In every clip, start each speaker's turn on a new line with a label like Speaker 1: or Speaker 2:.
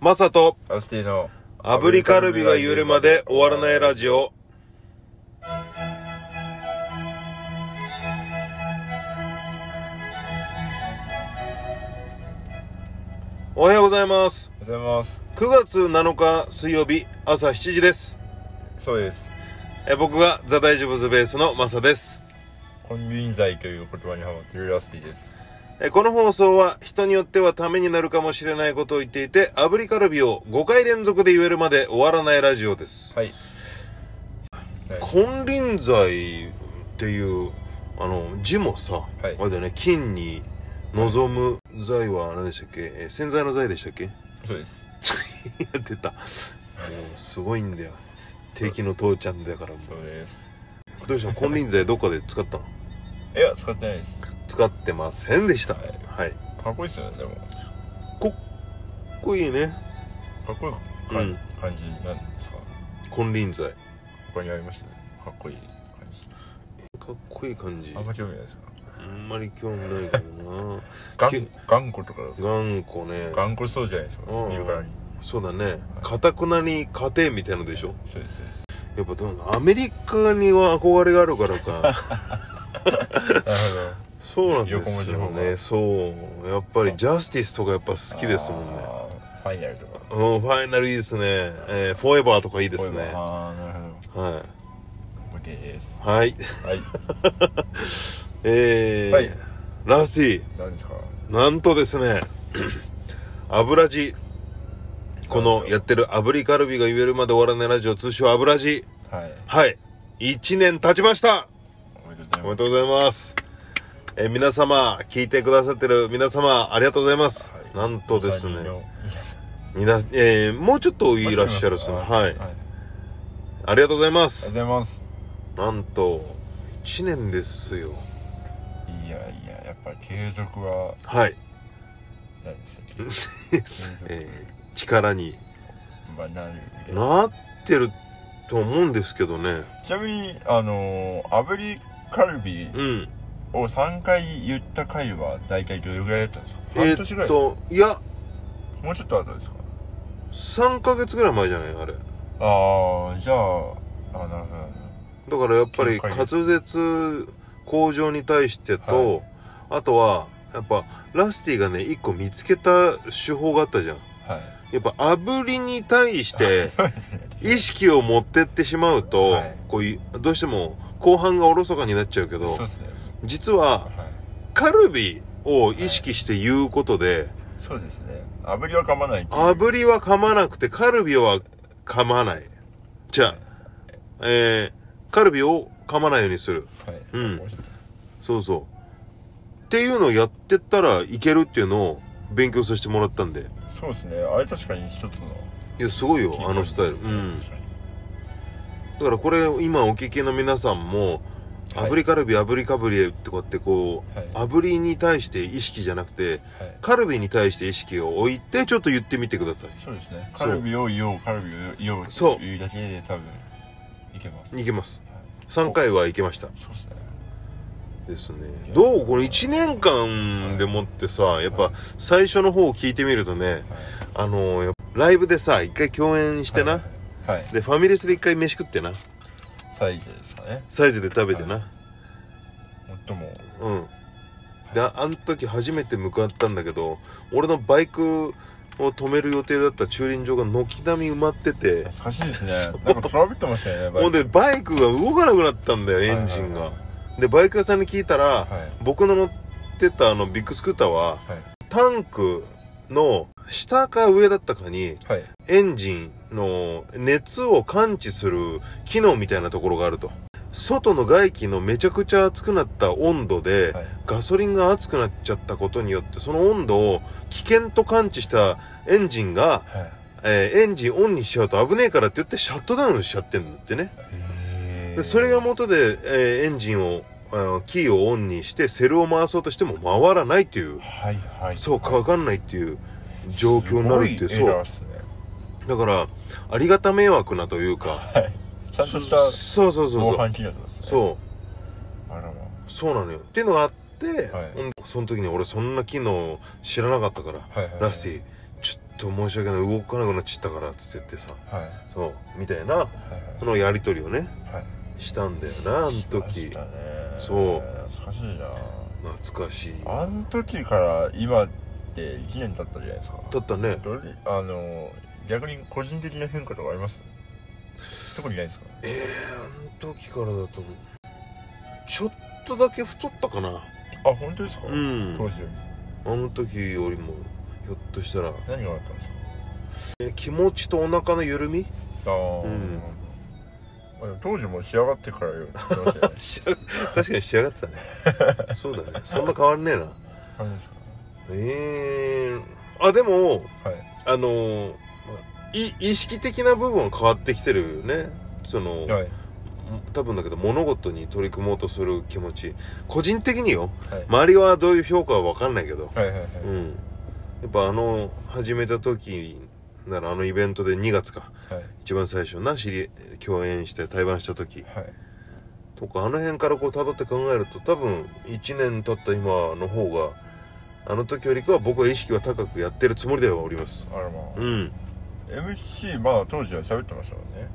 Speaker 1: マサと
Speaker 2: アスティの
Speaker 1: 炙りカルビが揺れまで終わらないラジオ。おはようございます。
Speaker 2: おはようございます
Speaker 1: 9月7日水曜日朝7時です。
Speaker 2: そうです
Speaker 1: え僕がザ・大丈夫ズベースのマサです。
Speaker 2: コンビニ剤という言葉にハマっているアスティです
Speaker 1: えこの放送は人によってはためになるかもしれないことを言っていて、炙りカルビを5回連続で言えるまで終わらないラジオです。
Speaker 2: はいはい
Speaker 1: 金輪際っていうあの字もさ、
Speaker 2: はい
Speaker 1: あれだよね金に望む財は何でしたっけ、えー洗剤の財でしたっけ い
Speaker 2: そうです
Speaker 1: や出たもうすごいんだよ定期の父ちゃんだからも
Speaker 2: そうです
Speaker 1: うどうしたの金輪際どっかで使ったの
Speaker 2: いや使ってないです
Speaker 1: 使ってませんでした
Speaker 2: はい
Speaker 1: はいか
Speaker 2: かっこいいですよねでもか
Speaker 1: っこいいね
Speaker 2: っこいいか
Speaker 1: うん
Speaker 2: 感じなんですか
Speaker 1: 金輪際
Speaker 2: 他にありましたかっこいい感じ
Speaker 1: かっこいい感じ
Speaker 2: あんま興味ないですか
Speaker 1: あんまり興味ないけど な
Speaker 2: 頑
Speaker 1: き
Speaker 2: 頑固とか
Speaker 1: 頑固ね
Speaker 2: 頑固そうじゃないですか
Speaker 1: うん
Speaker 2: 言うからに
Speaker 1: そうだねかたくなに家庭みたいのでしょ
Speaker 2: そうですそうです
Speaker 1: やっぱでもアメリカには憧れがあるからか
Speaker 2: なる
Speaker 1: そうなんです
Speaker 2: 横文字の
Speaker 1: よ
Speaker 2: 方
Speaker 1: ね
Speaker 2: が
Speaker 1: そうやっぱりジャスティスとかやっぱ好
Speaker 2: ほど
Speaker 1: きですもんね
Speaker 2: あーファイナルとか
Speaker 1: うんファイナルいいですね、えーフォーエバーとかいいですねは
Speaker 2: ああなるほ
Speaker 1: い
Speaker 2: ど OK です
Speaker 1: はい
Speaker 2: はい
Speaker 1: えー
Speaker 2: はい
Speaker 1: ラスティ
Speaker 2: 何ですか
Speaker 1: なんとですね 油地このやってる炙りカルビが言えるまで終わらないラジオ通称油地
Speaker 2: はい
Speaker 1: はい1年経ちました
Speaker 2: おめで
Speaker 1: お
Speaker 2: と
Speaker 1: め
Speaker 2: うご
Speaker 1: で
Speaker 2: ざ
Speaker 1: と
Speaker 2: い
Speaker 1: うございます。えー皆様、聞いてくださってる皆様、ありがとうございます。
Speaker 2: はい
Speaker 1: なん
Speaker 2: ま
Speaker 1: と
Speaker 2: す
Speaker 1: です
Speaker 2: 三人
Speaker 1: ね、
Speaker 2: の
Speaker 1: になえーもうちょっといらっしゃる ですね。は
Speaker 2: あり
Speaker 1: い
Speaker 2: が。と
Speaker 1: ありがとうございま
Speaker 2: う
Speaker 1: す
Speaker 2: ご。ざいます。
Speaker 1: なんと、1年ですよ。
Speaker 2: いやいや、やっぱり継続は
Speaker 1: はい。
Speaker 2: 大事ですね。 継続
Speaker 1: えー力に
Speaker 2: まあなるみたいな
Speaker 1: なってると思うんですけどね。
Speaker 2: ちなみに、あのー、炙りカルビ
Speaker 1: うん。
Speaker 2: を3回言った回は大体どれぐらいだったんですか
Speaker 1: え
Speaker 2: 半年ぐ
Speaker 1: ー
Speaker 2: ら
Speaker 1: っ
Speaker 2: いです
Speaker 1: と、いや、
Speaker 2: かもうちょっと後ですか
Speaker 1: 3ヶ月ぐらい前じゃないあれ。
Speaker 2: ああ、じゃあ、あなるほどなる
Speaker 1: だからやっぱり
Speaker 2: 9ヶ月
Speaker 1: 滑舌向上に対してと、あとはやっぱラスティがね一個見つけた手法があったじゃん
Speaker 2: ほど。はい。
Speaker 1: やっぱ炙りに対して
Speaker 2: そうですね。
Speaker 1: 意識を持ってってしまうと、
Speaker 2: はい
Speaker 1: こういどうしても後半がおろそかになっちゃうけど
Speaker 2: そうですね。
Speaker 1: 実は
Speaker 2: はい。
Speaker 1: カルビを意識して言うことで、
Speaker 2: そうですね。炙りは噛まないっていう。
Speaker 1: 炙りは噛まなくてカルビは噛まないじゃあ、えー、カルビを噛まないようにする
Speaker 2: はい。
Speaker 1: うん
Speaker 2: もうちょっと
Speaker 1: そうそう。っていうのをやってったらいけるっていうのを勉強させてもらったんで。
Speaker 2: そうですね。あれ確かに一つの
Speaker 1: いや、すごい
Speaker 2: キーポイントですね。
Speaker 1: よ、あのスタイル。うん。
Speaker 2: 確かに
Speaker 1: だからこれ、今お聞きの皆さんも、
Speaker 2: はい
Speaker 1: 炙りカルビ、炙りカブリエってこうやってこう、
Speaker 2: はい。
Speaker 1: 炙りに対して意識じゃなくて、
Speaker 2: はい
Speaker 1: カルビに対して意識を置いて、ちょっと言ってみてくださ
Speaker 2: そうですね。
Speaker 1: そ
Speaker 2: カ
Speaker 1: う
Speaker 2: ルビを言おう、カルビを言おう。
Speaker 1: そう
Speaker 2: 言うだけで多分、いけます。
Speaker 1: い。いけます
Speaker 2: は。
Speaker 1: 3回はいけました。
Speaker 2: そうですね。
Speaker 1: ですね。どうこれ1年間でもってさ、やっぱ最初の方を聞いてみるとね、
Speaker 2: はい
Speaker 1: あの、やっぱライブでさ、一回共演してな。。
Speaker 2: はい。
Speaker 1: でファミレスで一回飯食ってな
Speaker 2: サイズですかね。
Speaker 1: サイズで食べてな、
Speaker 2: 最も。
Speaker 1: うんでああの時初めて向かったんだけど俺のバイクを止める予定だった駐輪場が軒並み埋まってて
Speaker 2: 懐かしいですね。なんかトラブってましたよね、バイ
Speaker 1: ほん
Speaker 2: ク
Speaker 1: でバイクが動かなくなったんだよエンジンが、でバイク屋さんに聞いたら、
Speaker 2: はい。はい
Speaker 1: 僕の乗ってたあのビッグスクーターはタンクの下か上だったかに
Speaker 2: はい。はい。
Speaker 1: エンジンの熱を感知する機能みたいなところがあると。外の外気のめちゃくちゃ熱くなった温度で、
Speaker 2: はい。
Speaker 1: ガソリンが熱くなっちゃったことによって、その温度を危険と感知したエンジンが、
Speaker 2: はい。
Speaker 1: えーエンジンオンにしちゃうと危ねえからって言ってシャットダウンしちゃってんだってね。
Speaker 2: へー
Speaker 1: でそれが元で、えーエンジンを、あのキーをオンにしてセルを回そうとしても回らないという、
Speaker 2: はいはい。
Speaker 1: そうかかんないっていう状況になるって、
Speaker 2: す
Speaker 1: そ
Speaker 2: ごいうエラー。っすね。
Speaker 1: だから、ありがた迷惑なというか、
Speaker 2: はい。ちゃんとした
Speaker 1: そうそうそう
Speaker 2: 防
Speaker 1: そう。
Speaker 2: 犯機能ってことですね。。
Speaker 1: そう
Speaker 2: あらま。
Speaker 1: う、そうなのよ。っていうのがあって、
Speaker 2: はい
Speaker 1: うんその時に俺そんな機能知らなかったから、
Speaker 2: はいはいはい
Speaker 1: ラスティ、ちょっと申し訳ない動かなくなっちゃったから」っつって言ってさ
Speaker 2: はいはい
Speaker 1: そうみたいなそ
Speaker 2: は
Speaker 1: のやり取りをね
Speaker 2: いはい
Speaker 1: したんだよなあの時
Speaker 2: しましたね
Speaker 1: そう
Speaker 2: 懐かしいな
Speaker 1: 懐かしい
Speaker 2: あの時から今って1年経ったじゃないですか
Speaker 1: だったね
Speaker 2: どれあの逆に個人的な変化とかあります特にないですか
Speaker 1: えー、あの時からだとちょっとだけ太ったかな
Speaker 2: あ本当ですか、
Speaker 1: うん
Speaker 2: 当時より
Speaker 1: あの時よりもひょっとしたら、
Speaker 2: 何があったんですか
Speaker 1: え気持ちとお腹の緩 み
Speaker 2: ああ、
Speaker 1: うん
Speaker 2: まあでも当時も仕上がってからよって言っ てましたよね
Speaker 1: しあ確かに仕上が ってたねそうだねそんな変わんねえな
Speaker 2: 何ですか
Speaker 1: えー、あでも
Speaker 2: はい
Speaker 1: あのーい意識的な部分は変わってきてるよねその、
Speaker 2: はい
Speaker 1: 多分だけど物事に取り組もうとする気持ち個人的によ
Speaker 2: はい
Speaker 1: 周りはどういう評価は分かんないけど
Speaker 2: はいはいはい
Speaker 1: うんやっぱあの始めた時ならあのイベントで2月か
Speaker 2: はい
Speaker 1: 一番最初な知り共演して対バンした時
Speaker 2: はい
Speaker 1: とかあの辺からこう辿って考えると多分1年経った今の方があの時よりかは僕は意識は高くやってるつもりではおります
Speaker 2: あらまあ、
Speaker 1: うん
Speaker 2: MC まあ当時は喋ってましたもんね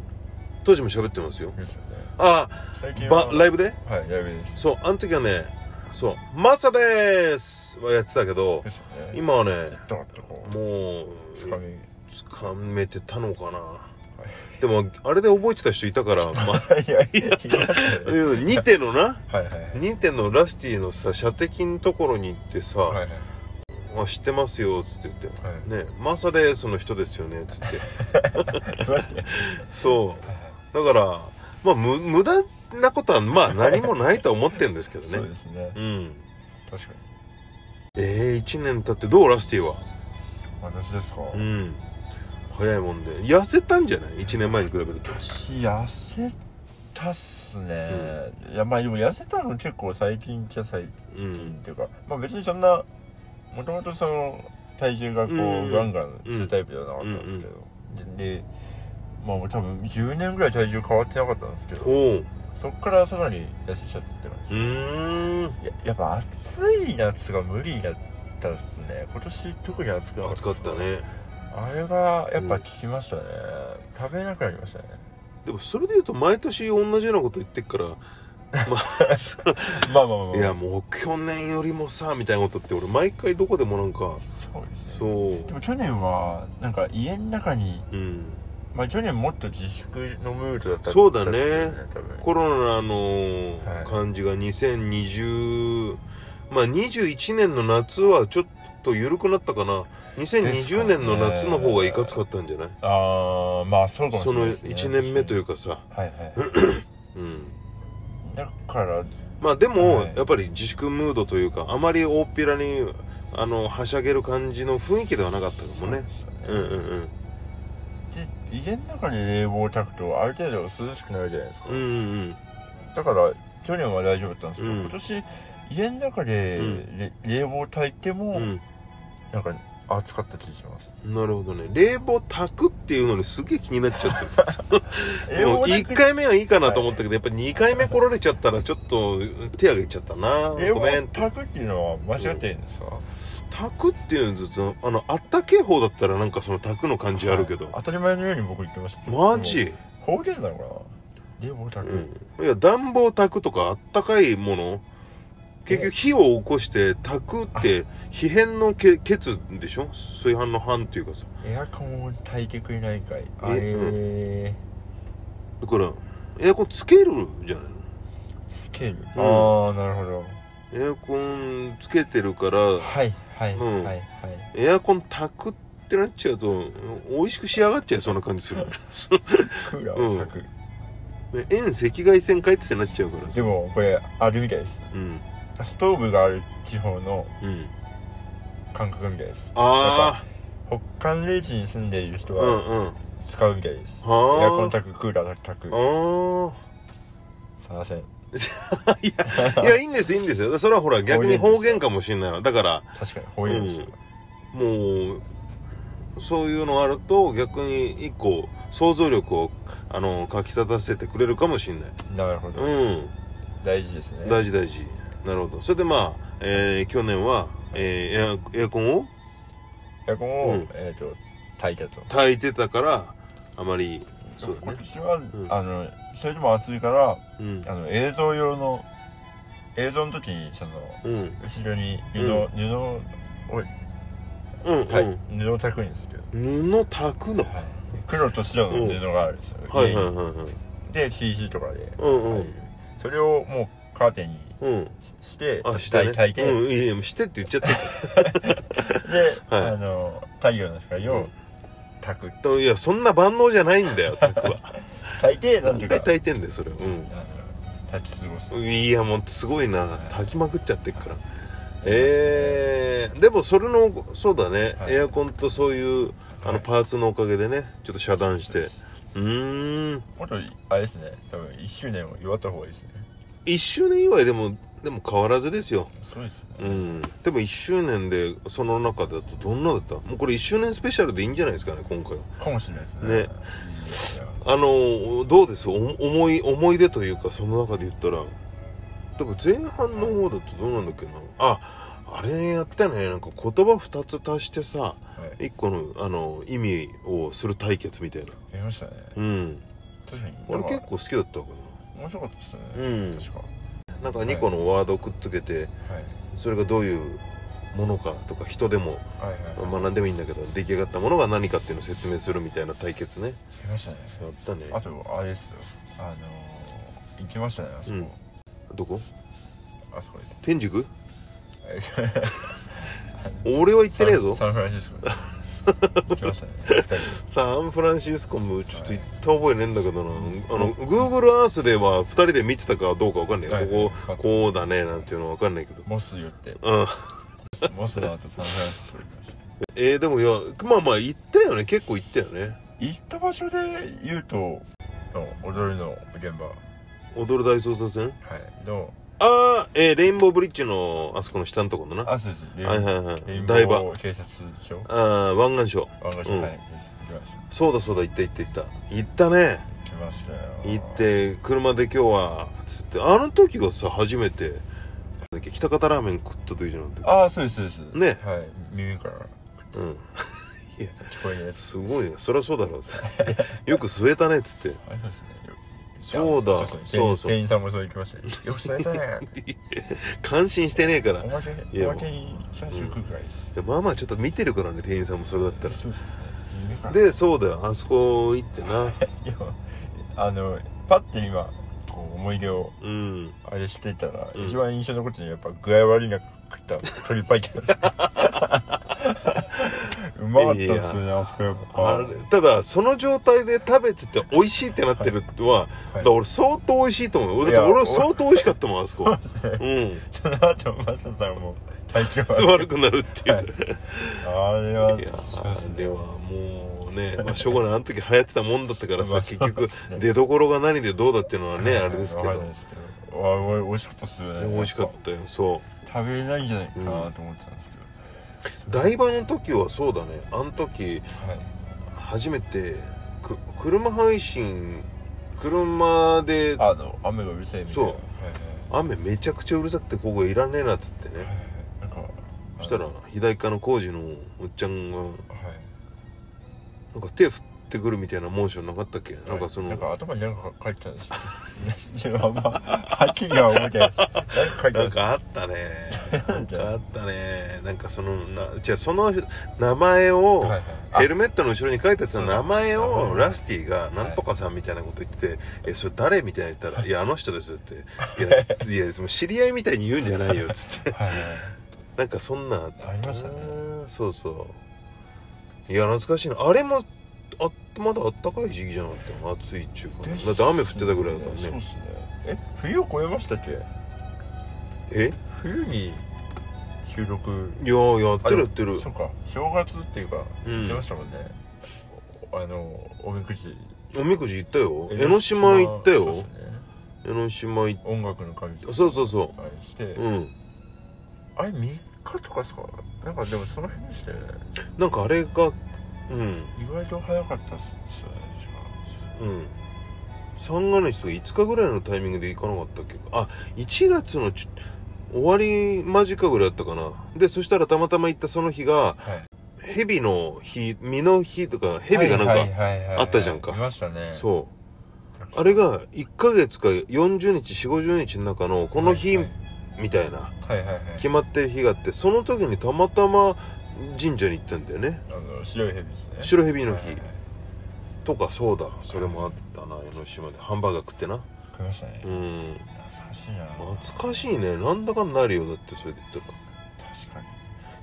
Speaker 1: 当時も喋ってますよ
Speaker 2: ですよね
Speaker 1: あ
Speaker 2: 最近は
Speaker 1: ばライブで
Speaker 2: はいライブです
Speaker 1: そうあの時はねそう「マサでーす!」はやってたけ ど
Speaker 2: ですよね
Speaker 1: 今はね
Speaker 2: ドーンとこう
Speaker 1: もう
Speaker 2: つかみ
Speaker 1: つかめてたのかなでもあれで覚えてた人いたから、ま あ、
Speaker 2: いやいやいや
Speaker 1: うん2手のな
Speaker 2: はいはいはい
Speaker 1: 2手のラスティのさ射的のところに行ってさ、
Speaker 2: はいはい
Speaker 1: あ知ってますよっつって言って
Speaker 2: はい
Speaker 1: ねマサでその人ですよねっつっ て
Speaker 2: マジで
Speaker 1: そうだからまあ無無駄なことはまあ何もないとは思ってるんですけど
Speaker 2: そう
Speaker 1: ね
Speaker 2: ですね
Speaker 1: うん
Speaker 2: 確かに
Speaker 1: えー、1年経ってどうラスティは
Speaker 2: 私ですか
Speaker 1: うん早いもんで痩せたんじゃない1年前に比べると
Speaker 2: 私痩せたっすね、いやまあでも痩せたの結構最近じゃ最
Speaker 1: う
Speaker 2: 近っ
Speaker 1: ん
Speaker 2: ていうか、まあ別にそんなもともとその体重がこう、
Speaker 1: うん
Speaker 2: ガンガンするタイプではなかったんですけど、ででまあ多分10年ぐらい体重変わってなかったんですけ
Speaker 1: お
Speaker 2: ど
Speaker 1: おう
Speaker 2: そっからさらに痩せちゃったって感
Speaker 1: うーん
Speaker 2: じややっぱ暑い夏が無理だったっすね今年特に暑くな
Speaker 1: 暑かったね
Speaker 2: あれがやっぱ効きましたね、食べなくなりましたね
Speaker 1: でもそれで言うと毎年同じようなこと言ってっ からまあその
Speaker 2: まあまあまあ、まあ、
Speaker 1: いやもう去年よりもさみたいなことって俺毎回どこでもなんか
Speaker 2: そうですね
Speaker 1: そう
Speaker 2: でも去年はなんか家の中に、
Speaker 1: うん
Speaker 2: まあ、去年もっと自粛のムードだった
Speaker 1: そうだね
Speaker 2: 多分
Speaker 1: コロナの
Speaker 2: はい
Speaker 1: 感じが2020、まあ21年の夏はちょっと緩くなったかな2020年の夏の方がいかつかったんじゃない、
Speaker 2: ああまあそうかもし
Speaker 1: そ
Speaker 2: れな
Speaker 1: の
Speaker 2: いです、ね、
Speaker 1: 1年目といううかさ、
Speaker 2: はいはい
Speaker 1: うん、
Speaker 2: だから
Speaker 1: まあでも、
Speaker 2: はい
Speaker 1: やっぱり自粛ムードというかあまり大っぴらにあのはしゃげる感じの雰囲気ではなかったかもね
Speaker 2: そうです
Speaker 1: う
Speaker 2: よ
Speaker 1: ん
Speaker 2: ね
Speaker 1: うん
Speaker 2: で家の中に冷房をたくとある程度涼しくなるじゃないですか、
Speaker 1: うんうん
Speaker 2: だから去年は大丈夫だったんですけど、
Speaker 1: うん
Speaker 2: 今年家の中で、
Speaker 1: うん
Speaker 2: れ冷房を焚いても、
Speaker 1: うん
Speaker 2: なんか暑かった気がします
Speaker 1: うんなるほどね冷房焚くっていうのにすげえ気になっちゃって るもう
Speaker 2: 焚
Speaker 1: 1
Speaker 2: く
Speaker 1: 回目はいいかなと思ったけど、やっぱり2回目来られちゃったら、ちょっと手あげちゃったな。
Speaker 2: 冷房
Speaker 1: ご
Speaker 2: を
Speaker 1: めん。た
Speaker 2: 焚くっていうのは間違ってるんですか、
Speaker 1: 炊くっていうのと、あの、あったけえ方だったらなんかその炊くの感じあるけど。
Speaker 2: 当たり前のように僕言ってました
Speaker 1: マ
Speaker 2: でも
Speaker 1: ジ
Speaker 2: 方言なのかな冷房炊く、
Speaker 1: うん。いや、暖房炊くとかあったかいもの、結局火を起こして炊くって、火変のけケツでしょ炊飯の飯っていうかさ。
Speaker 2: エアコンを炊いてくれないかいあ
Speaker 1: え
Speaker 2: れ
Speaker 1: だから、エアコンつけるじゃないの
Speaker 2: つける、
Speaker 1: ん
Speaker 2: ああなるほど
Speaker 1: エアコンつけてるから、
Speaker 2: はいはい、
Speaker 1: うん
Speaker 2: はいはい
Speaker 1: エアコン炊くってなっちゃうと、美味しく仕上がっちゃいそうな感じす る。
Speaker 2: クーラーを炊く、
Speaker 1: ね遠赤外線かいってなっちゃうからさ
Speaker 2: でもこれあるみたいです
Speaker 1: うん
Speaker 2: ストーブがある地方の
Speaker 1: うん
Speaker 2: 感覚みたいです
Speaker 1: あ
Speaker 2: 北寒冷地に住んでいる
Speaker 1: あ
Speaker 2: 人
Speaker 1: うんうん
Speaker 2: は
Speaker 1: は
Speaker 2: 使うみたいです、エアコン
Speaker 1: あ
Speaker 2: 炊くクーラー炊く
Speaker 1: あ
Speaker 2: すいません
Speaker 1: あ いやいやいいんですいいんですよそれはほら逆に方
Speaker 2: 方言で
Speaker 1: 言
Speaker 2: す
Speaker 1: かもしれないわだから
Speaker 2: 確かに方言ですよ、
Speaker 1: もうそういうのあると逆に一個想像力をあのかき立たせてくれるかもしれない
Speaker 2: なるほど、
Speaker 1: う
Speaker 2: 大事ですね
Speaker 1: ん大事大事なるほどそれでまあ、えー去年は、えーエアエアコンを
Speaker 2: エアコンを、
Speaker 1: うん
Speaker 2: えっ、と炊いたと
Speaker 1: 炊いてたからあまりそうだ
Speaker 2: 今
Speaker 1: ね
Speaker 2: 年は、
Speaker 1: ん
Speaker 2: あのそれでも暑いから
Speaker 1: うん
Speaker 2: あの映像用の映像の時にその
Speaker 1: うん
Speaker 2: 後ろに布、
Speaker 1: うん
Speaker 2: 布を
Speaker 1: うん
Speaker 2: たい布を炊くんですけど、
Speaker 1: うん布炊くのは
Speaker 2: はい黒と白の布があるんですよ、
Speaker 1: いはいはいはい
Speaker 2: で CG とかで、
Speaker 1: うんうん
Speaker 2: はいそれをもうカーテンに
Speaker 1: うん
Speaker 2: して
Speaker 1: あしてね
Speaker 2: 炊いて、
Speaker 1: うんいやいやもうしてって言っちゃった
Speaker 2: で、
Speaker 1: はい
Speaker 2: あの太陽の光
Speaker 1: う
Speaker 2: を
Speaker 1: ん
Speaker 2: 炊く
Speaker 1: でもいやそんな万能じゃないんだよ炊くは
Speaker 2: 炊いてなん
Speaker 1: 何
Speaker 2: とか
Speaker 1: 回炊いてんだよそれう
Speaker 2: あの炊き過ごす、
Speaker 1: んいやもうすごいな
Speaker 2: はい
Speaker 1: 炊きまくっちゃってっからえー、でもそれのそうだね、
Speaker 2: はい
Speaker 1: エアコンとそういうあ
Speaker 2: は
Speaker 1: の
Speaker 2: い
Speaker 1: パーツのおかげでねちょっと遮断してうーん
Speaker 2: もっとあれですね多分1周年を祝った方がいいですね
Speaker 1: 1周年祝いでもでも変わらずですよ
Speaker 2: そうですね、
Speaker 1: うんでも1周年でその中だとどんなだったもうこれ1周年スペシャルでいいんじゃないですかね今回は
Speaker 2: かもしれないですね
Speaker 1: ね
Speaker 2: いやいや
Speaker 1: あのーどうですお思い思い出というかその中で言ったらでも前半の方だとどうなんだっけなああれやったねなんか言葉2つ足してさ
Speaker 2: はい
Speaker 1: 1個のあの意味をする対決みたいな
Speaker 2: やりましたね
Speaker 1: うん
Speaker 2: 確かに
Speaker 1: 俺
Speaker 2: なん
Speaker 1: 結
Speaker 2: か
Speaker 1: 構好きだったか
Speaker 2: 面白かったですね
Speaker 1: な、うん
Speaker 2: 確かは
Speaker 1: なんか2個のワードくっつけてそれがどういうものかとか人でも
Speaker 2: いはいはい、
Speaker 1: まあ何でもいいんだけど出来上がったものが何かっていうのを説明するみたいな対決ね
Speaker 2: やりましたね
Speaker 1: やったね
Speaker 2: あとあれですよあのー、行きましたねあそこ、
Speaker 1: うんどこ
Speaker 2: あそこ行
Speaker 1: 天竺
Speaker 2: って
Speaker 1: 俺は行ってねえぞ
Speaker 2: サンサンフランシスコ行きましたね二人で
Speaker 1: サンフランシスコもちょっと行った覚えねえんだけどな、あの Google Earth では2人で見てたかどうかわかんない、
Speaker 2: はい
Speaker 1: こここうだねなんていうのわかんないけど
Speaker 2: モス寄って
Speaker 1: うん
Speaker 2: モスの後サンフランシスコ行きました
Speaker 1: えー、でもいやまあまあ行ったよね結構行ったよね
Speaker 2: 行った場所で言うとの踊りの現場は
Speaker 1: 踊る大捜査線
Speaker 2: いの
Speaker 1: ああえー、レインボーブリッジのあそこの下のとこのなは
Speaker 2: あそうです
Speaker 1: い
Speaker 2: レイン
Speaker 1: はいは
Speaker 2: レイン
Speaker 1: い
Speaker 2: ボ
Speaker 1: 台場
Speaker 2: ー警察署
Speaker 1: ああ湾岸署
Speaker 2: 湾岸
Speaker 1: う
Speaker 2: 署
Speaker 1: ん
Speaker 2: はいです行きまし
Speaker 1: そうだそうだ行った行った行った行ったね
Speaker 2: た行きましたよ
Speaker 1: 行って車で今日はつってあの時がさ初めてなんだっけ北方ラーメン食った時じゃなくて
Speaker 2: ああそうですそうです
Speaker 1: ね
Speaker 2: はい耳から
Speaker 1: うん
Speaker 2: 聞こえるやつ
Speaker 1: すごいねそりゃそうだろうっつって よく吸えたねっつって
Speaker 2: あれそうですねよ
Speaker 1: そうだ
Speaker 2: いや
Speaker 1: そうそう
Speaker 2: 店員さんもそう行きまし たよよく伝えたね
Speaker 1: 感心してねえから
Speaker 2: おまけ
Speaker 1: いや
Speaker 2: おまけに最初食うくらいです
Speaker 1: でまあまあちょっと見てるからね店員さんもそれだったら
Speaker 2: そうですね耳から
Speaker 1: でそうだよあそこ行ってな
Speaker 2: でもあのパッて今こう思い出を
Speaker 1: うん
Speaker 2: あれしてたら、
Speaker 1: うん
Speaker 2: 一番印象残ってるのはやっぱ具合悪いな食った鶏パイ タンうまかったっす
Speaker 1: い
Speaker 2: よね
Speaker 1: や
Speaker 2: あそこやっぱ
Speaker 1: あれただその状態で食べてて美味しいってなってるのは、
Speaker 2: い
Speaker 1: だから俺相当美味しいと思うよだって
Speaker 2: いや
Speaker 1: 俺は相当美味しかったもんあそ こうん
Speaker 2: その後マサさんも体調悪
Speaker 1: 悪
Speaker 2: い
Speaker 1: くなるっていう
Speaker 2: あれはい
Speaker 1: や
Speaker 2: そう
Speaker 1: あ
Speaker 2: ですね
Speaker 1: れはもうね、まあ、しょうがないあの時流行ってたもんだったから
Speaker 2: ま
Speaker 1: さ
Speaker 2: あ
Speaker 1: 結局
Speaker 2: ね
Speaker 1: 出どころが何でどうだっていうのはね
Speaker 2: はい
Speaker 1: あれですけど
Speaker 2: わかんないですけどあれ美味しかったっすよね
Speaker 1: ね美味しかったよそ
Speaker 2: 食べれないんじゃないかなと思ってたんですけど、
Speaker 1: う台場の時はそうだねあの時
Speaker 2: はい
Speaker 1: 初めてく車配信車で
Speaker 2: あの雨がうるせえみたいな
Speaker 1: そう
Speaker 2: はい
Speaker 1: 雨めちゃくちゃうるさくてここいらねえなっつって
Speaker 2: はい
Speaker 1: ね
Speaker 2: はいなんか
Speaker 1: そしたら
Speaker 2: はい
Speaker 1: 左側の工事のおっちゃんがなんか手振ってくるみたいなモーションなかったっけなんかその
Speaker 2: なんか頭に何か書いてたんですよいやあんまはっきりは覚えてないですなんか書いて
Speaker 1: なん
Speaker 2: たんですよ
Speaker 1: かあったね なんかあったねなんかそのなじゃあその名前を、
Speaker 2: はいはい
Speaker 1: ヘルメットの後ろに書いてあった名前
Speaker 2: そう
Speaker 1: を
Speaker 2: そう
Speaker 1: ラスティがなんとかさんみたいなこと言ってて「えそれ誰?」みたいな言ったら「いやあの人です」 って「いやいやその知り合いみたいに言うんじゃないよ」っつっ て
Speaker 2: あはいはい
Speaker 1: なんかそんなんあった
Speaker 2: ありましたね
Speaker 1: うんそうそういや懐かしいなあれもあまだあったかい時期じゃなかったの暑いっちゅうか
Speaker 2: です
Speaker 1: だって雨降ってたぐらいだから
Speaker 2: そ
Speaker 1: ね
Speaker 2: うっすねえ冬を越えましたっけ
Speaker 1: え
Speaker 2: 冬に収録
Speaker 1: いややってるやってる
Speaker 2: そうか正月っていうか
Speaker 1: うん
Speaker 2: 言ってましたもんね、あのおみくじ
Speaker 1: おみくじ行ったよ江ノ島行った
Speaker 2: そう
Speaker 1: よ
Speaker 2: っすね
Speaker 1: 江ノ島行っ
Speaker 2: 音楽の神様
Speaker 1: そうそうそ
Speaker 2: あれして、
Speaker 1: たうん
Speaker 2: あれ3日とかですかなんかでもその辺でしたよね
Speaker 1: なんかあれがうん
Speaker 2: 意外と早かったっすよね
Speaker 1: うん三が日とか5日ぐらいのタイミングで行かなかったっけかあ1月のち終わり間近ぐらいだったかなでそしたらたまたま行ったその日が
Speaker 2: 確かはい
Speaker 1: 蛇の日身の日とか蛇がなんか、
Speaker 2: はいはいはいはい
Speaker 1: あったじゃんか
Speaker 2: 見ましたね
Speaker 1: そううあれが1ヶ月か40日450日の中のこの日
Speaker 2: はい
Speaker 1: みたいな
Speaker 2: はいはいはい
Speaker 1: 決まってる日があってその時にたまたま神社に行ったんだよね
Speaker 2: あの白い蛇ですね
Speaker 1: 白蛇の
Speaker 2: はい
Speaker 1: 日
Speaker 2: はいはい
Speaker 1: とかそうだそれもあったな江ノ島でハンバーガー食ってな
Speaker 2: 食いましたね
Speaker 1: うん
Speaker 2: 懐かしいな
Speaker 1: 懐かしいねなんだかんだあるよだってそれで言ったら
Speaker 2: 確かに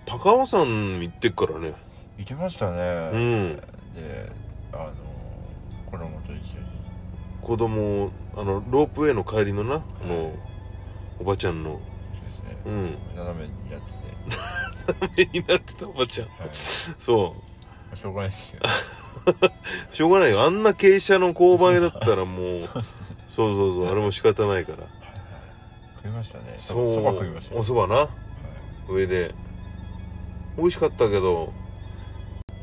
Speaker 1: 高尾山行ってっからね
Speaker 2: 行きました
Speaker 1: う
Speaker 2: ね
Speaker 1: ん
Speaker 2: であの子供と一緒に
Speaker 1: 子供あのロープウェイの帰りのなあのおばちゃんの
Speaker 2: そうです
Speaker 1: う
Speaker 2: ね
Speaker 1: ん
Speaker 2: 斜めにやってて
Speaker 1: になってたおばちゃん
Speaker 2: はい
Speaker 1: そ
Speaker 2: まあしょうがないですけど
Speaker 1: うしょうがないよあんな傾斜の勾配だったら もうそうそうそうあれも仕方ないから
Speaker 2: 食いましたねそ
Speaker 1: そう
Speaker 2: ばそば食いましたよ
Speaker 1: おそばな
Speaker 2: はい
Speaker 1: 上で美味しかったけど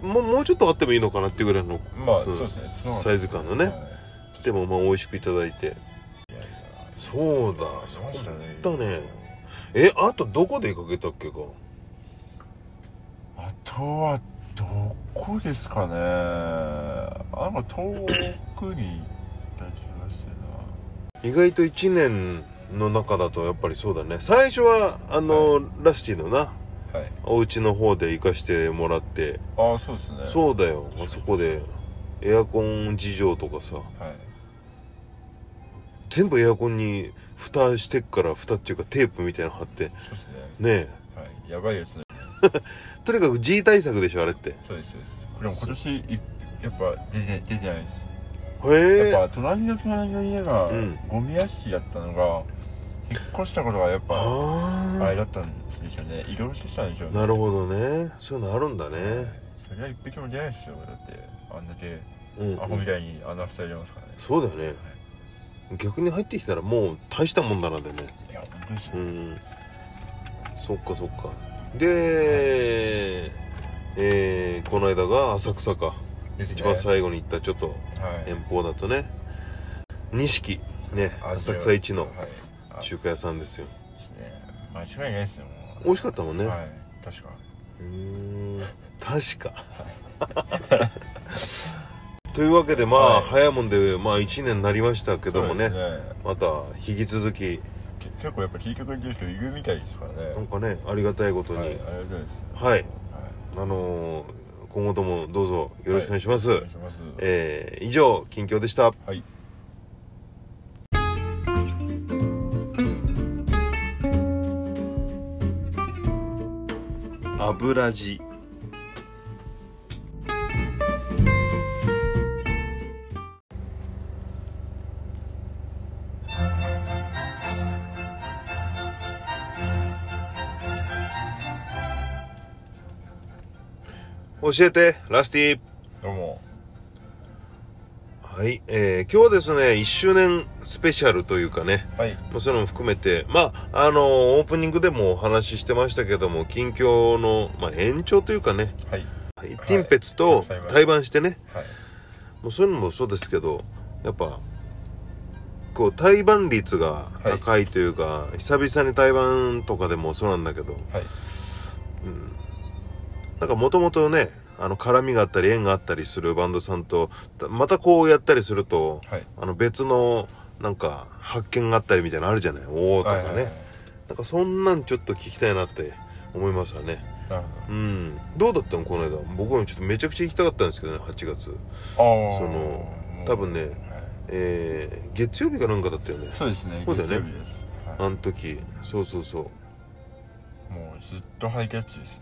Speaker 1: もうもうちょっとあってもいいのかなっていうぐらいの
Speaker 2: まあ
Speaker 1: そ
Speaker 2: そううですねその
Speaker 1: サイズ感の
Speaker 2: は
Speaker 1: ねでもまあ美味しくいただいて
Speaker 2: いいやいや
Speaker 1: そうだ
Speaker 2: ありましたね
Speaker 1: だねえあとどこで出かけたっけか
Speaker 2: あとはどこですかねあなんか遠くに行った気がして
Speaker 1: 意外と1年の中だとやっぱりそうだね最初はあの、ラスティのな
Speaker 2: なはい
Speaker 1: お家の方で行かしてもらって
Speaker 2: ああそうですねう
Speaker 1: そうだよあそこでエアコン事情とかさ
Speaker 2: はい
Speaker 1: 全部エアコンに蓋してっから蓋っていうかテープみたいなの貼って
Speaker 2: そうですね
Speaker 1: ねえ
Speaker 2: はいやばいですね
Speaker 1: とにかく G 対策でしょあれってへ
Speaker 2: そうですそうですこれも今年いやっぱ出て出てないです
Speaker 1: え
Speaker 2: やっぱ隣の隣の家が
Speaker 1: うん
Speaker 2: ゴミ屋敷だったのが引っ越したことがやっぱ
Speaker 1: あ
Speaker 2: あれだ
Speaker 1: あ
Speaker 2: ったんですよね移動してきたんでしょうね
Speaker 1: なるほどねそういうのあるんだね
Speaker 2: それは一匹も出ないですよだってあんだけ
Speaker 1: うん、うん
Speaker 2: アホみたいに穴塞いでますからね、
Speaker 1: そうだよね逆に入ってきたらもう大したもんだなでね
Speaker 2: いや本当ですよ、
Speaker 1: うんそっかそっかで、えーこの間が浅草か、
Speaker 2: ですね
Speaker 1: 一番最後に行ったちょっと
Speaker 2: はい
Speaker 1: 遠方だとね錦ね
Speaker 2: あ
Speaker 1: 浅草一の
Speaker 2: はいあ
Speaker 1: 中華屋さんですよ
Speaker 2: ですね間違いないですよもう
Speaker 1: 美味しかったもんね、
Speaker 2: はい確か
Speaker 1: うーん確か というわけでまあ、
Speaker 2: はい
Speaker 1: 早いもんでまあ1年になりましたけどもね
Speaker 2: そうです
Speaker 1: また引き続き
Speaker 2: け結構やっぱ聞いてくれてる人いるみたいですからね
Speaker 1: なんかねありがたいことに、
Speaker 2: はい、ありがとうございます
Speaker 1: はい
Speaker 2: はい
Speaker 1: あのー今後ともどうぞよろしくお願いします、
Speaker 2: お願いします
Speaker 1: えー以上近況でした
Speaker 2: はい
Speaker 1: 油地教えてラスティ
Speaker 2: どうも
Speaker 1: はい、えー今日はですね1周年スペシャルというかね
Speaker 2: はい
Speaker 1: まあそういうのも含めてまああのーオープニングでもお話ししてましたけども近況の、まあ、延長というかね
Speaker 2: はい
Speaker 1: 一品別と対バンしてね、
Speaker 2: はい
Speaker 1: もうそういうのもそうですけどやっぱこう対バン率が高いというか、久々に対バンとかでもそうなんだけど、
Speaker 2: はい
Speaker 1: うん、なんかもともとねあの絡みがあったり縁があったりするバンドさんとたまたこうやったりすると
Speaker 2: はい
Speaker 1: あの別のなんか発見があったりみたいなのあるじゃないおおとかね、
Speaker 2: はいはいはい
Speaker 1: なんかそんなんちょっと聞きたいなって思いましたね
Speaker 2: なる
Speaker 1: うんどうだったのこの間僕もちょっとめちゃくちゃ行きたかったんですけどね8月
Speaker 2: ほどああ
Speaker 1: その多分ねえー、月曜日かなんかだったよね
Speaker 2: そうですね
Speaker 1: そうだよね
Speaker 2: 月曜日ですはい
Speaker 1: あの時そうそうそう
Speaker 2: もうずっとハイキャッチです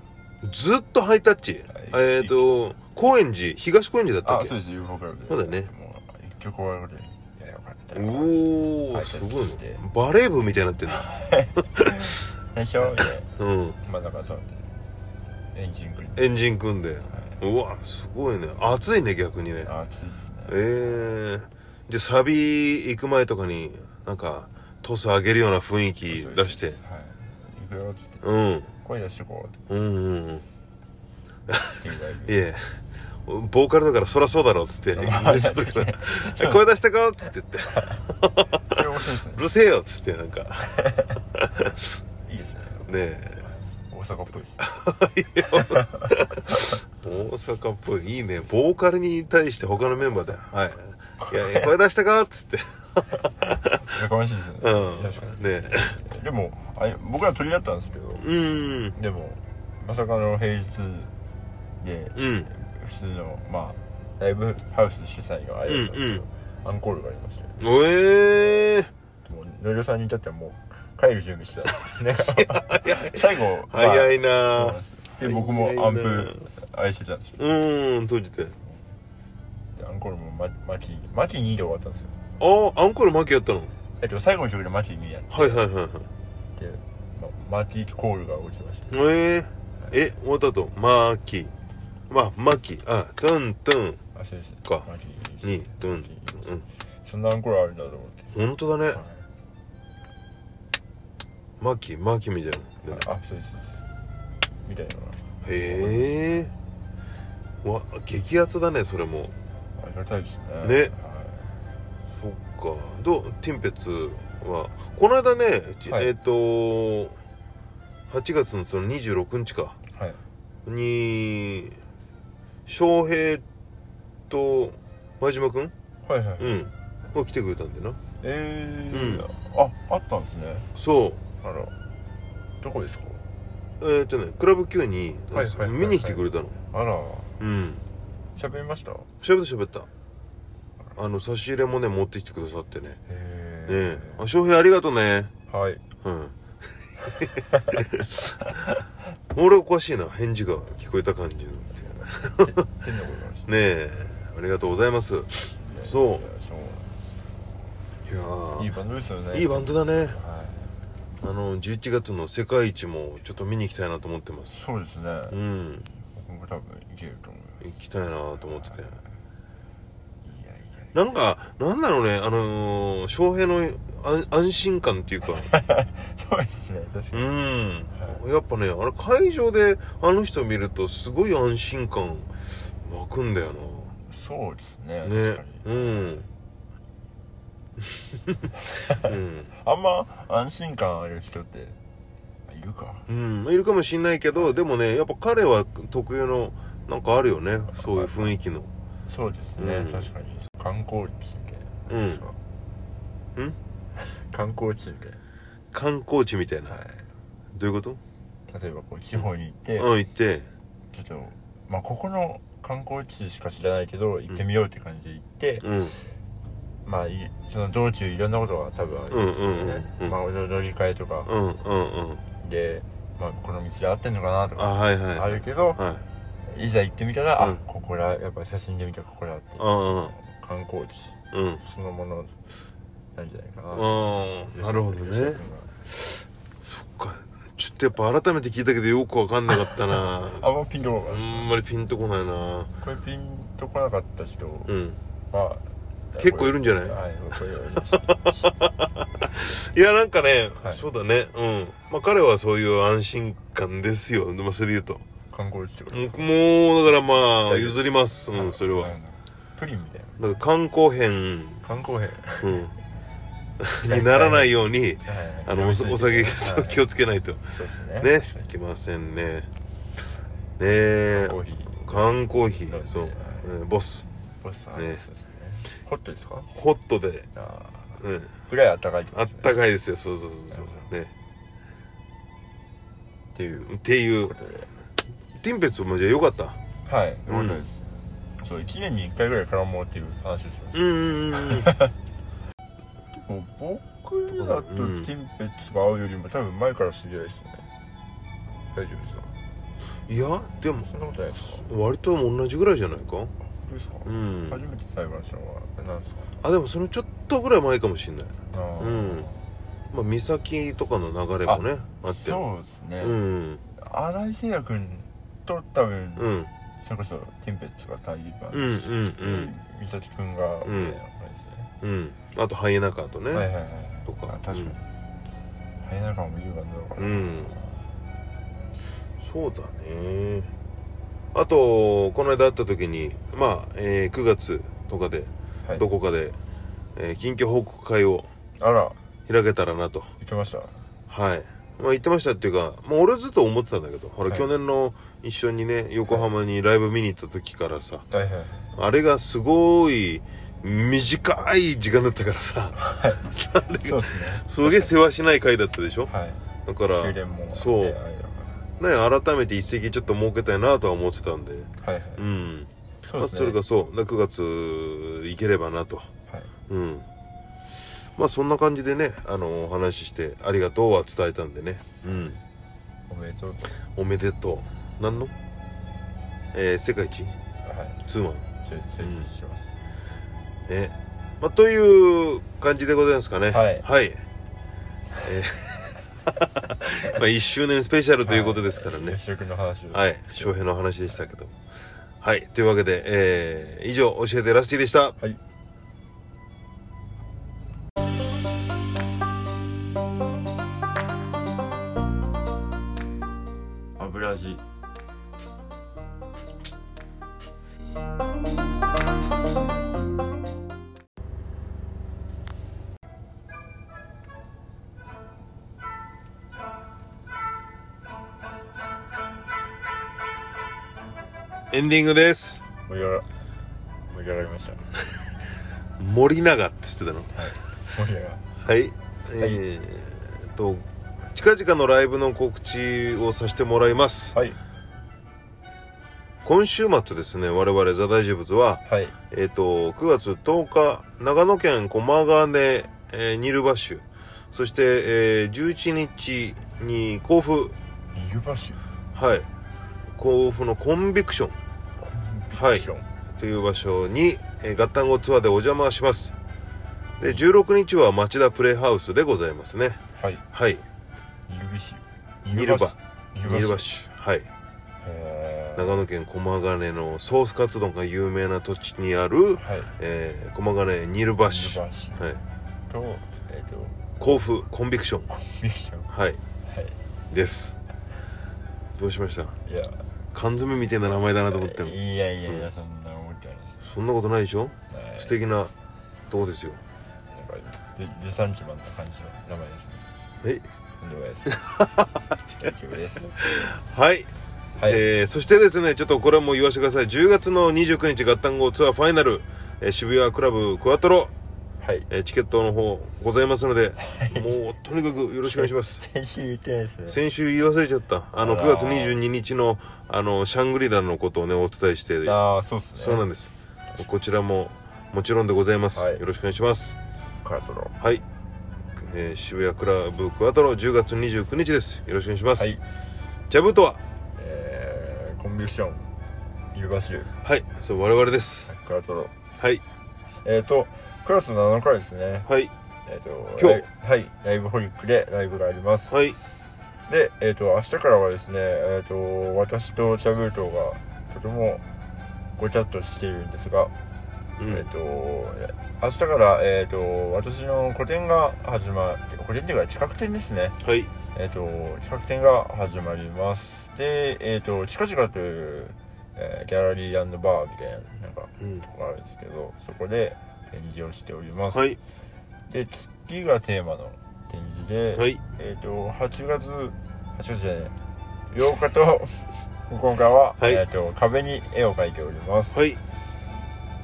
Speaker 1: ずっとハイタッチ、
Speaker 2: はい
Speaker 1: えっ、と高円寺東高円寺だった
Speaker 2: あ
Speaker 1: っけ
Speaker 2: そうです UFO クラブで
Speaker 1: そうだよね
Speaker 2: もう一曲終わることにいやよかったよ
Speaker 1: お
Speaker 2: ハ
Speaker 1: お
Speaker 2: イタ
Speaker 1: す
Speaker 2: ッ
Speaker 1: ご
Speaker 2: チ
Speaker 1: い
Speaker 2: し
Speaker 1: の
Speaker 2: て
Speaker 1: バレー部みたいになってんだ
Speaker 2: でしょで
Speaker 1: うん
Speaker 2: まあだからそうなんでエンジン組んで
Speaker 1: エンジン組んで
Speaker 2: は
Speaker 1: うわすごいね暑いね逆にね
Speaker 2: いあ暑いですね
Speaker 1: えー、じゃあサビ行く前とかになんかトス上げるような雰囲気出して
Speaker 2: はいいくよっつって
Speaker 1: うん
Speaker 2: 声出してこうっ
Speaker 1: うんうんうん
Speaker 2: ていうライブ
Speaker 1: いえボーカルだからそりゃそうだろっつって 言ってたから「 声出してこ!」っつって言って
Speaker 2: こ れ面白いで
Speaker 1: 「
Speaker 2: すね
Speaker 1: うるせえよ!」っつってなんか
Speaker 2: いいですね
Speaker 1: ねえ
Speaker 2: お大阪っぽいです
Speaker 1: 大阪っぽいいいねボーカルに対して他のメンバーで「 はいいやいや声出したか?」っつって
Speaker 2: やかましいですね、
Speaker 1: うん
Speaker 2: 確かに
Speaker 1: ね
Speaker 2: でもあれ僕ら取り合ったんですけど
Speaker 1: うん
Speaker 2: でもまさかの平日で
Speaker 1: うん
Speaker 2: 普通のまあライブハウス主催があれだったんですけど、アンコールがありまして
Speaker 1: おえー、
Speaker 2: もうのりおさんに至ってはもう帰る準備してたんですね最後まあ
Speaker 1: 早い
Speaker 2: そうなん
Speaker 1: な
Speaker 2: ですで僕もア
Speaker 1: い
Speaker 2: ン
Speaker 1: いね
Speaker 2: プ愛してたんですよ
Speaker 1: うーん閉じて
Speaker 2: でアンコールもママキマキ2で終わったんですよ
Speaker 1: あアンコールマキやったの
Speaker 2: えっと最後の曲でマキ2やっ
Speaker 1: はいはいはいはい
Speaker 2: て、まマキコールが起きまして
Speaker 1: えー、え終わったとマーキーまあマキあトントン
Speaker 2: あそうですね
Speaker 1: か
Speaker 2: マキ
Speaker 1: にトン
Speaker 2: マキ
Speaker 1: うん
Speaker 2: そんなアンコールあるんだと思って
Speaker 1: 本当だね
Speaker 2: はい
Speaker 1: マキマキみたいなの
Speaker 2: あそうですそうですみたいなのが
Speaker 1: へえわ激アツだねそれも
Speaker 2: ありがたいです
Speaker 1: ね
Speaker 2: ねはい
Speaker 1: そっかどうティンペツはこの間ね、ち
Speaker 2: はい
Speaker 1: えっ、と8月のその26日か
Speaker 2: はい
Speaker 1: に翔平と前島君
Speaker 2: はいはいはい、
Speaker 1: うんが来てくれたんだよな
Speaker 2: えーああったんですね
Speaker 1: そう
Speaker 2: あらどこですか
Speaker 1: えっ、とねクラブ Q に
Speaker 2: はいはいはいはい
Speaker 1: 見に来てくれたの、
Speaker 2: あら
Speaker 1: うん
Speaker 2: 喋りましたへ
Speaker 1: 喋った喋ったあの差し入れもね持ってきてくださってねねえ
Speaker 2: え
Speaker 1: あ翔平ありがとうね
Speaker 2: はい
Speaker 1: うん 俺おかしいな返事が聞こえた感じのね
Speaker 2: 天の声がし
Speaker 1: えありがとうございますい
Speaker 2: た
Speaker 1: そう
Speaker 2: いやそう
Speaker 1: や
Speaker 2: いい
Speaker 1: ー
Speaker 2: バンドですよね
Speaker 1: いいバンドだね
Speaker 2: は
Speaker 1: あの11月の世界一もちょっと見に行きたいなと思ってま
Speaker 2: い
Speaker 1: す
Speaker 2: そうですね
Speaker 1: うん
Speaker 2: 僕も多分いけると思います
Speaker 1: 行きたいなと思ってて
Speaker 2: いやいやいや
Speaker 1: なんかなんだろうねあのー翔平の安安心感っていうか
Speaker 2: そうですね確
Speaker 1: う
Speaker 2: かに
Speaker 1: んやっぱねあれ会場であの人見るとすごい安心感湧くんだよ
Speaker 2: そうです
Speaker 1: なね
Speaker 2: ね確かに
Speaker 1: うんうん
Speaker 2: あんま安心感ある人ってあいるか
Speaker 1: うん、いるかもしんないけどでもねやっぱ彼は特有のなんかあるよねそういう雰囲気の
Speaker 2: そうですね、
Speaker 1: うん
Speaker 2: 確かに観光地みたいなですか
Speaker 1: うん
Speaker 2: 観光地みたい
Speaker 1: 観光地みたい
Speaker 2: な、
Speaker 1: な
Speaker 2: は
Speaker 1: どういうこと
Speaker 2: い、例えばこう地方に行って、
Speaker 1: うん行って
Speaker 2: ちょっとまあここの観光地しか知らないけど行ってみようって感じで行って、
Speaker 1: うん
Speaker 2: まあいその道中いろんなことが多分あるんですよね、
Speaker 1: うんうんうんうん
Speaker 2: まあ乗り換えとか
Speaker 1: うんうんうん
Speaker 2: で、まあ、この道で合ってんのかなと
Speaker 1: あ
Speaker 2: か
Speaker 1: はいはい
Speaker 2: あるけど、
Speaker 1: はい
Speaker 2: い、ざ行ってみたら、
Speaker 1: うん
Speaker 2: あここらやっぱ写真で見たらここらって、
Speaker 1: うんうん
Speaker 2: 観光地
Speaker 1: うん
Speaker 2: そのものなんじゃないかな、
Speaker 1: うんなるほど
Speaker 2: 吉田
Speaker 1: ね
Speaker 2: 君が
Speaker 1: そっかちょっとやっぱ改めて聞いたけどよくわかんなかったな
Speaker 2: あんまピンとこなか
Speaker 1: あ
Speaker 2: っ
Speaker 1: んまりピンとこないな
Speaker 2: たこれピンとこなかった人
Speaker 1: うん
Speaker 2: は、
Speaker 1: 結構いるんじゃない
Speaker 2: はいこれはあり まし
Speaker 1: い
Speaker 2: た
Speaker 1: やなんかね、
Speaker 2: はい
Speaker 1: そうだねうんまあ彼はそういう安心感ですよでもそれで言うと
Speaker 2: 観光地ってこと
Speaker 1: も
Speaker 2: で
Speaker 1: う
Speaker 2: すか
Speaker 1: だからまあ譲りますうんそれは
Speaker 2: あのプリンみたい
Speaker 1: だから観光編、
Speaker 2: な観光兵
Speaker 1: うんにならないようにあのおお酒
Speaker 2: が
Speaker 1: そう気をつけないと
Speaker 2: そうですね
Speaker 1: ねいけませんねねえ
Speaker 2: コーヒー
Speaker 1: 缶コーヒ
Speaker 2: そう
Speaker 1: ー
Speaker 2: です
Speaker 1: そう
Speaker 2: ね
Speaker 1: えーボス
Speaker 2: ボスさ
Speaker 1: ね
Speaker 2: んそうですねホットですか
Speaker 1: ホットで
Speaker 2: あー
Speaker 1: うん
Speaker 2: ぐらいあったかいってこ
Speaker 1: あっ
Speaker 2: とですね
Speaker 1: たかいですよそうそうそうそうね
Speaker 2: っていう
Speaker 1: っていう
Speaker 2: ことで
Speaker 1: ティンペツもじゃあよかった
Speaker 2: はいよかったですそう1年に1回ぐらい絡もうっていう話をしました
Speaker 1: うんうんうんうん
Speaker 2: もう僕らとティンペツが合うよりも多分前から知り合いですよね大丈夫ですか
Speaker 1: いやでも
Speaker 2: そんなことないですか
Speaker 1: 割と同じぐらいじゃないか
Speaker 2: どうですか、
Speaker 1: うん
Speaker 2: 初めて裁判したのは何ですか
Speaker 1: あでもそのちょっとぐらい前かもしんない
Speaker 2: あー
Speaker 1: うんまあ岬とかの流れもねあって
Speaker 2: そうですね、
Speaker 1: うん
Speaker 2: 新井聖也君と多分、
Speaker 1: うん
Speaker 2: それこそティンペッツが対バ
Speaker 1: うんうんう
Speaker 2: ン
Speaker 1: ん
Speaker 2: 美咲君が
Speaker 1: う
Speaker 2: み
Speaker 1: ん
Speaker 2: たいな感じですね、
Speaker 1: うんあとハイエナカーとね、
Speaker 2: はいはいはい
Speaker 1: とか
Speaker 2: あ確かに、
Speaker 1: うん
Speaker 2: ハイナカもいいバンドだから
Speaker 1: うんそうだねあとこの間会った時にまあ、えー9月とかで
Speaker 2: はい
Speaker 1: どこかで、えー緊急報告会を
Speaker 2: あら
Speaker 1: 開けたらなと
Speaker 2: 言ってました
Speaker 1: はいまあ、言ってましたっていうか、まあ、俺ずっと思ってたんだけどほら、
Speaker 2: はい
Speaker 1: 去年の一緒にね横浜にライブ見に行った時からさ
Speaker 2: はいはい
Speaker 1: あれがすごい短い時間だったからさ あれが
Speaker 2: そうですね
Speaker 1: すげえ世話しない回だったでしょ
Speaker 2: はい
Speaker 1: だから
Speaker 2: 終電もあって
Speaker 1: そう
Speaker 2: は
Speaker 1: ね
Speaker 2: い
Speaker 1: 改めて一席ちょっと設けたいなとは思ってたんで
Speaker 2: はいはい
Speaker 1: うん
Speaker 2: そ
Speaker 1: そうまあ、
Speaker 2: ですね
Speaker 1: それがそうだ9月行ければなと
Speaker 2: はい
Speaker 1: うんまあそんな感じでねあのお話ししてありがとうは伝えたんでねうん
Speaker 2: おめでとうと
Speaker 1: おめでとう何のえー、世界一
Speaker 2: はい
Speaker 1: ツーマン
Speaker 2: ちょいちょいします
Speaker 1: ねまあという感じでございますかね
Speaker 2: はい
Speaker 1: えー まあ1周年スペシャルということですからね
Speaker 2: 主力の話を
Speaker 1: はい翔平の話でしたけどもはいというわけで、えー以上教えてラスティでした
Speaker 2: はい油味
Speaker 1: エンディングです
Speaker 2: 盛り上が盛り上がりました
Speaker 1: 森永っつってたの
Speaker 2: 盛り上が
Speaker 1: はい、えーっと近々のライブの告知をさせてもらいます
Speaker 2: はい
Speaker 1: 今週末ですね我々ザ・大事物は
Speaker 2: はい
Speaker 1: えっ、と、9月10日、長野県駒ヶ根、えーニルバッシュ。そして、えー11日に甲府、
Speaker 2: ニルバシュ
Speaker 1: はい、甲府のコンビクションはいという場所に、えー、ガッタンゴツアーでお邪魔します。で、16日は町田プレイハウスでございますね。
Speaker 2: はい
Speaker 1: はい、
Speaker 2: ニルビシュ
Speaker 1: ニルバ
Speaker 2: ニ
Speaker 1: ニル
Speaker 2: ル
Speaker 1: バッ
Speaker 2: バシュ
Speaker 1: シュ。はい、
Speaker 2: へー
Speaker 1: 長野県駒ヶ根のソースカツ丼が有名な土地にある、
Speaker 2: はい
Speaker 1: えー駒ヶ根ニルバッシュ。
Speaker 2: ニルバシ
Speaker 1: はい、
Speaker 2: ュとえっと
Speaker 1: 甲府コンビクション。
Speaker 2: コンビクション
Speaker 1: はい。
Speaker 2: は
Speaker 1: ですどうしました
Speaker 2: いいや
Speaker 1: 缶詰みたいな名前だなと思っても
Speaker 2: いやいやいやそんな思ってないです
Speaker 1: そんなことないでしょ
Speaker 2: はい
Speaker 1: 素敵なとこですよ
Speaker 2: なんかでで産地マンな感じの名前ですね
Speaker 1: はい、
Speaker 2: とんでもないです大丈夫です
Speaker 1: はい
Speaker 2: はい、
Speaker 1: えーそしてですねちょっとこれも言わせてください10月の29日合ン号ツアーファイナル、えー渋谷クラブクワトロ、
Speaker 2: はい
Speaker 1: えーチケットの方ございますのでもうとにかくよろしくお願いします
Speaker 2: 先週言ってないですね
Speaker 1: 先週言い忘れちゃったあの
Speaker 2: あ
Speaker 1: 9
Speaker 2: らー
Speaker 1: 月22日のあのシャングリラのことをねお伝えして
Speaker 2: ああそうですね
Speaker 1: そうなん
Speaker 2: で
Speaker 1: ですこちらももちろんでございます、
Speaker 2: はい
Speaker 1: よろしくお願いします
Speaker 2: すカラトロ
Speaker 1: はい、えー渋谷クラブクワトロ10月29日ですよろしくお願いします、
Speaker 2: はい
Speaker 1: ジャブートは
Speaker 2: えー、コンビクションニルバシュ
Speaker 1: はいそう我々です
Speaker 2: カラトロ
Speaker 1: はい
Speaker 2: えっ、ー、と9月7日ですね
Speaker 1: はい
Speaker 2: えっ、と
Speaker 1: 今日
Speaker 2: 日はいライブホリックでライブがあります
Speaker 1: はい
Speaker 2: で、えー、と明日からはですね、えー、と私とチャブルトがとてもごちゃっとしているんですが、
Speaker 1: う
Speaker 2: えー、
Speaker 1: ん
Speaker 2: と明日から、えー、と私の個展が始まって個展っていうか企画展ですね、
Speaker 1: はい
Speaker 2: えー、と企画展が始まりますで、えー、と近々という、えーギャラリーバーみたいななんか
Speaker 1: うん
Speaker 2: とこがあるんですけどそこで展示をしております、
Speaker 1: はい
Speaker 2: で次がテーマの展示で、
Speaker 1: はい
Speaker 2: えっ、と、8月、8月じゃない、8日と 9日は、
Speaker 1: はい
Speaker 2: えっ、と、壁に絵を描いております。
Speaker 1: はい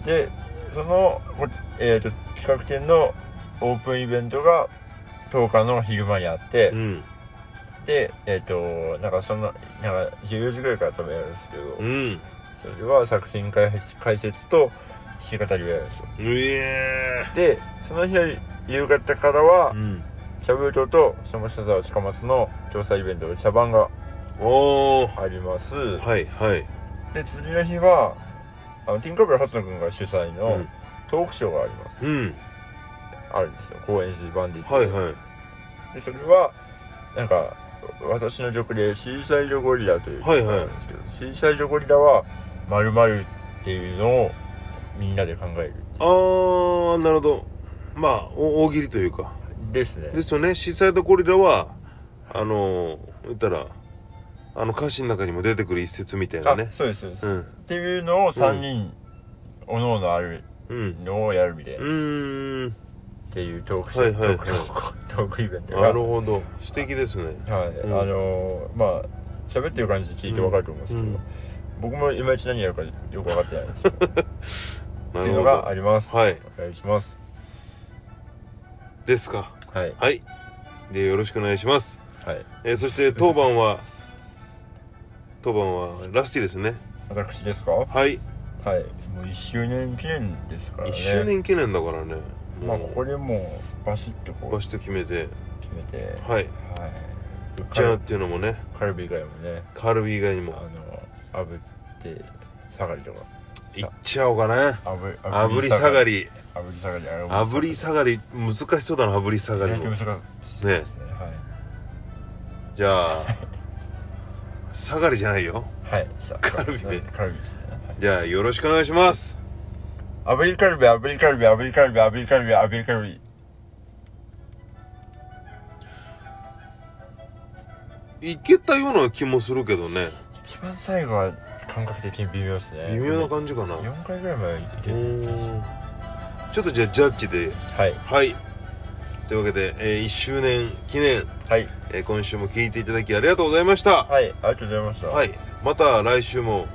Speaker 2: で、その、こえっ、と、企画展のオープンイベントが10日の昼間にあって、
Speaker 1: うん
Speaker 2: で、えっ、と、なんかその、なんか14時ぐらいから多分やるんですけど、
Speaker 1: うん
Speaker 2: それは作品解解説と弾き語りをやるんですよ。
Speaker 1: うえ
Speaker 2: で、その日の夕方からは
Speaker 1: ーう、ん
Speaker 2: 茶封筒と下北沢近松の調査イベント、茶番が
Speaker 1: おー
Speaker 2: あります、
Speaker 1: はいはい
Speaker 2: で次の日はあのティンカーベル初野くんが主催
Speaker 1: う
Speaker 2: の
Speaker 1: ん
Speaker 2: トークショーがあります、
Speaker 1: うん
Speaker 2: あるんですよ高円寺バンディット
Speaker 1: はいはい
Speaker 2: でそれはなんか私の曲で「シーサイドゴリラ」という曲
Speaker 1: はいはい
Speaker 2: なんですけど、シーサイドゴリラは〇〇っていうのをみんなで考える
Speaker 1: あーなるほどまあお大喜利というか
Speaker 2: ですね
Speaker 1: ですよねシーサイドゴリラはあのー言ったらあの歌詞の中にも出てくる一節みたいな
Speaker 2: あ
Speaker 1: ね
Speaker 2: そうですそうです、
Speaker 1: うん
Speaker 2: っていうのを3人、各々ある
Speaker 1: うん
Speaker 2: のをやるみたいな、
Speaker 1: うーん
Speaker 2: っていうトークシ
Speaker 1: はいはいはい
Speaker 2: トークトークイベントが
Speaker 1: なるほど素敵ですね
Speaker 2: はい、
Speaker 1: うん
Speaker 2: あのーまあ喋ってる感じ聞いてわかると思うんですけど、
Speaker 1: うんうん
Speaker 2: 僕もいまいち何やるかよく分かってないです っ
Speaker 1: なる
Speaker 2: ていう
Speaker 1: ほ
Speaker 2: のがあ
Speaker 1: ど
Speaker 2: ります
Speaker 1: はい
Speaker 2: お願いします
Speaker 1: ですか
Speaker 2: はい
Speaker 1: はいでよろしくお願いします、
Speaker 2: はい
Speaker 1: えーそして当番は当番はラスティですね
Speaker 2: 私ですかは
Speaker 1: はい
Speaker 2: いもう1周年記念ですからね
Speaker 1: 1周年記念だからね
Speaker 2: まあここ
Speaker 1: に
Speaker 2: でもうバシッとこう
Speaker 1: バシッと決めて
Speaker 2: 決めて
Speaker 1: はい
Speaker 2: はい
Speaker 1: 行っちゃうっていうのもね
Speaker 2: カルビ以外もね
Speaker 1: カルビ以外に
Speaker 2: あ
Speaker 1: も
Speaker 2: の炙って下がりとか
Speaker 1: 行っちゃおうかな
Speaker 2: 炙
Speaker 1: 炙り下がり
Speaker 2: 炙り下がりあれ
Speaker 1: 炙り下がり難しそうだな炙り下がり
Speaker 2: 意外
Speaker 1: も
Speaker 2: と難しい
Speaker 1: ね
Speaker 2: ですね
Speaker 1: じゃあ下がりじゃないよ
Speaker 2: はいはいさ
Speaker 1: カルビね
Speaker 2: カルビですね
Speaker 1: じゃあよろしくお願いします
Speaker 2: 炙りカルビ炙りカルビ炙りカルビ炙りカルビ炙りカルビ
Speaker 1: いけたような気もするけどね
Speaker 2: 一番最後は感覚的に微妙ですね
Speaker 1: 微妙な感じかな
Speaker 2: 4回ぐらい前入
Speaker 1: う
Speaker 2: れて
Speaker 1: ーんちょっとじゃあジャッジで
Speaker 2: はい
Speaker 1: はいというわけで、え1周年記念、
Speaker 2: はい
Speaker 1: えー今週も聞いていただきありがとうございました
Speaker 2: はいありがとうございました
Speaker 1: はいまた来週も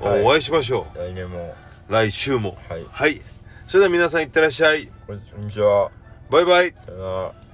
Speaker 2: はい
Speaker 1: お会いしましょ
Speaker 2: 来年も
Speaker 1: う、来週も
Speaker 2: はい
Speaker 1: はいそれでは皆さんいってらっしゃい
Speaker 2: こんにちは
Speaker 1: バイバイ
Speaker 2: さよなら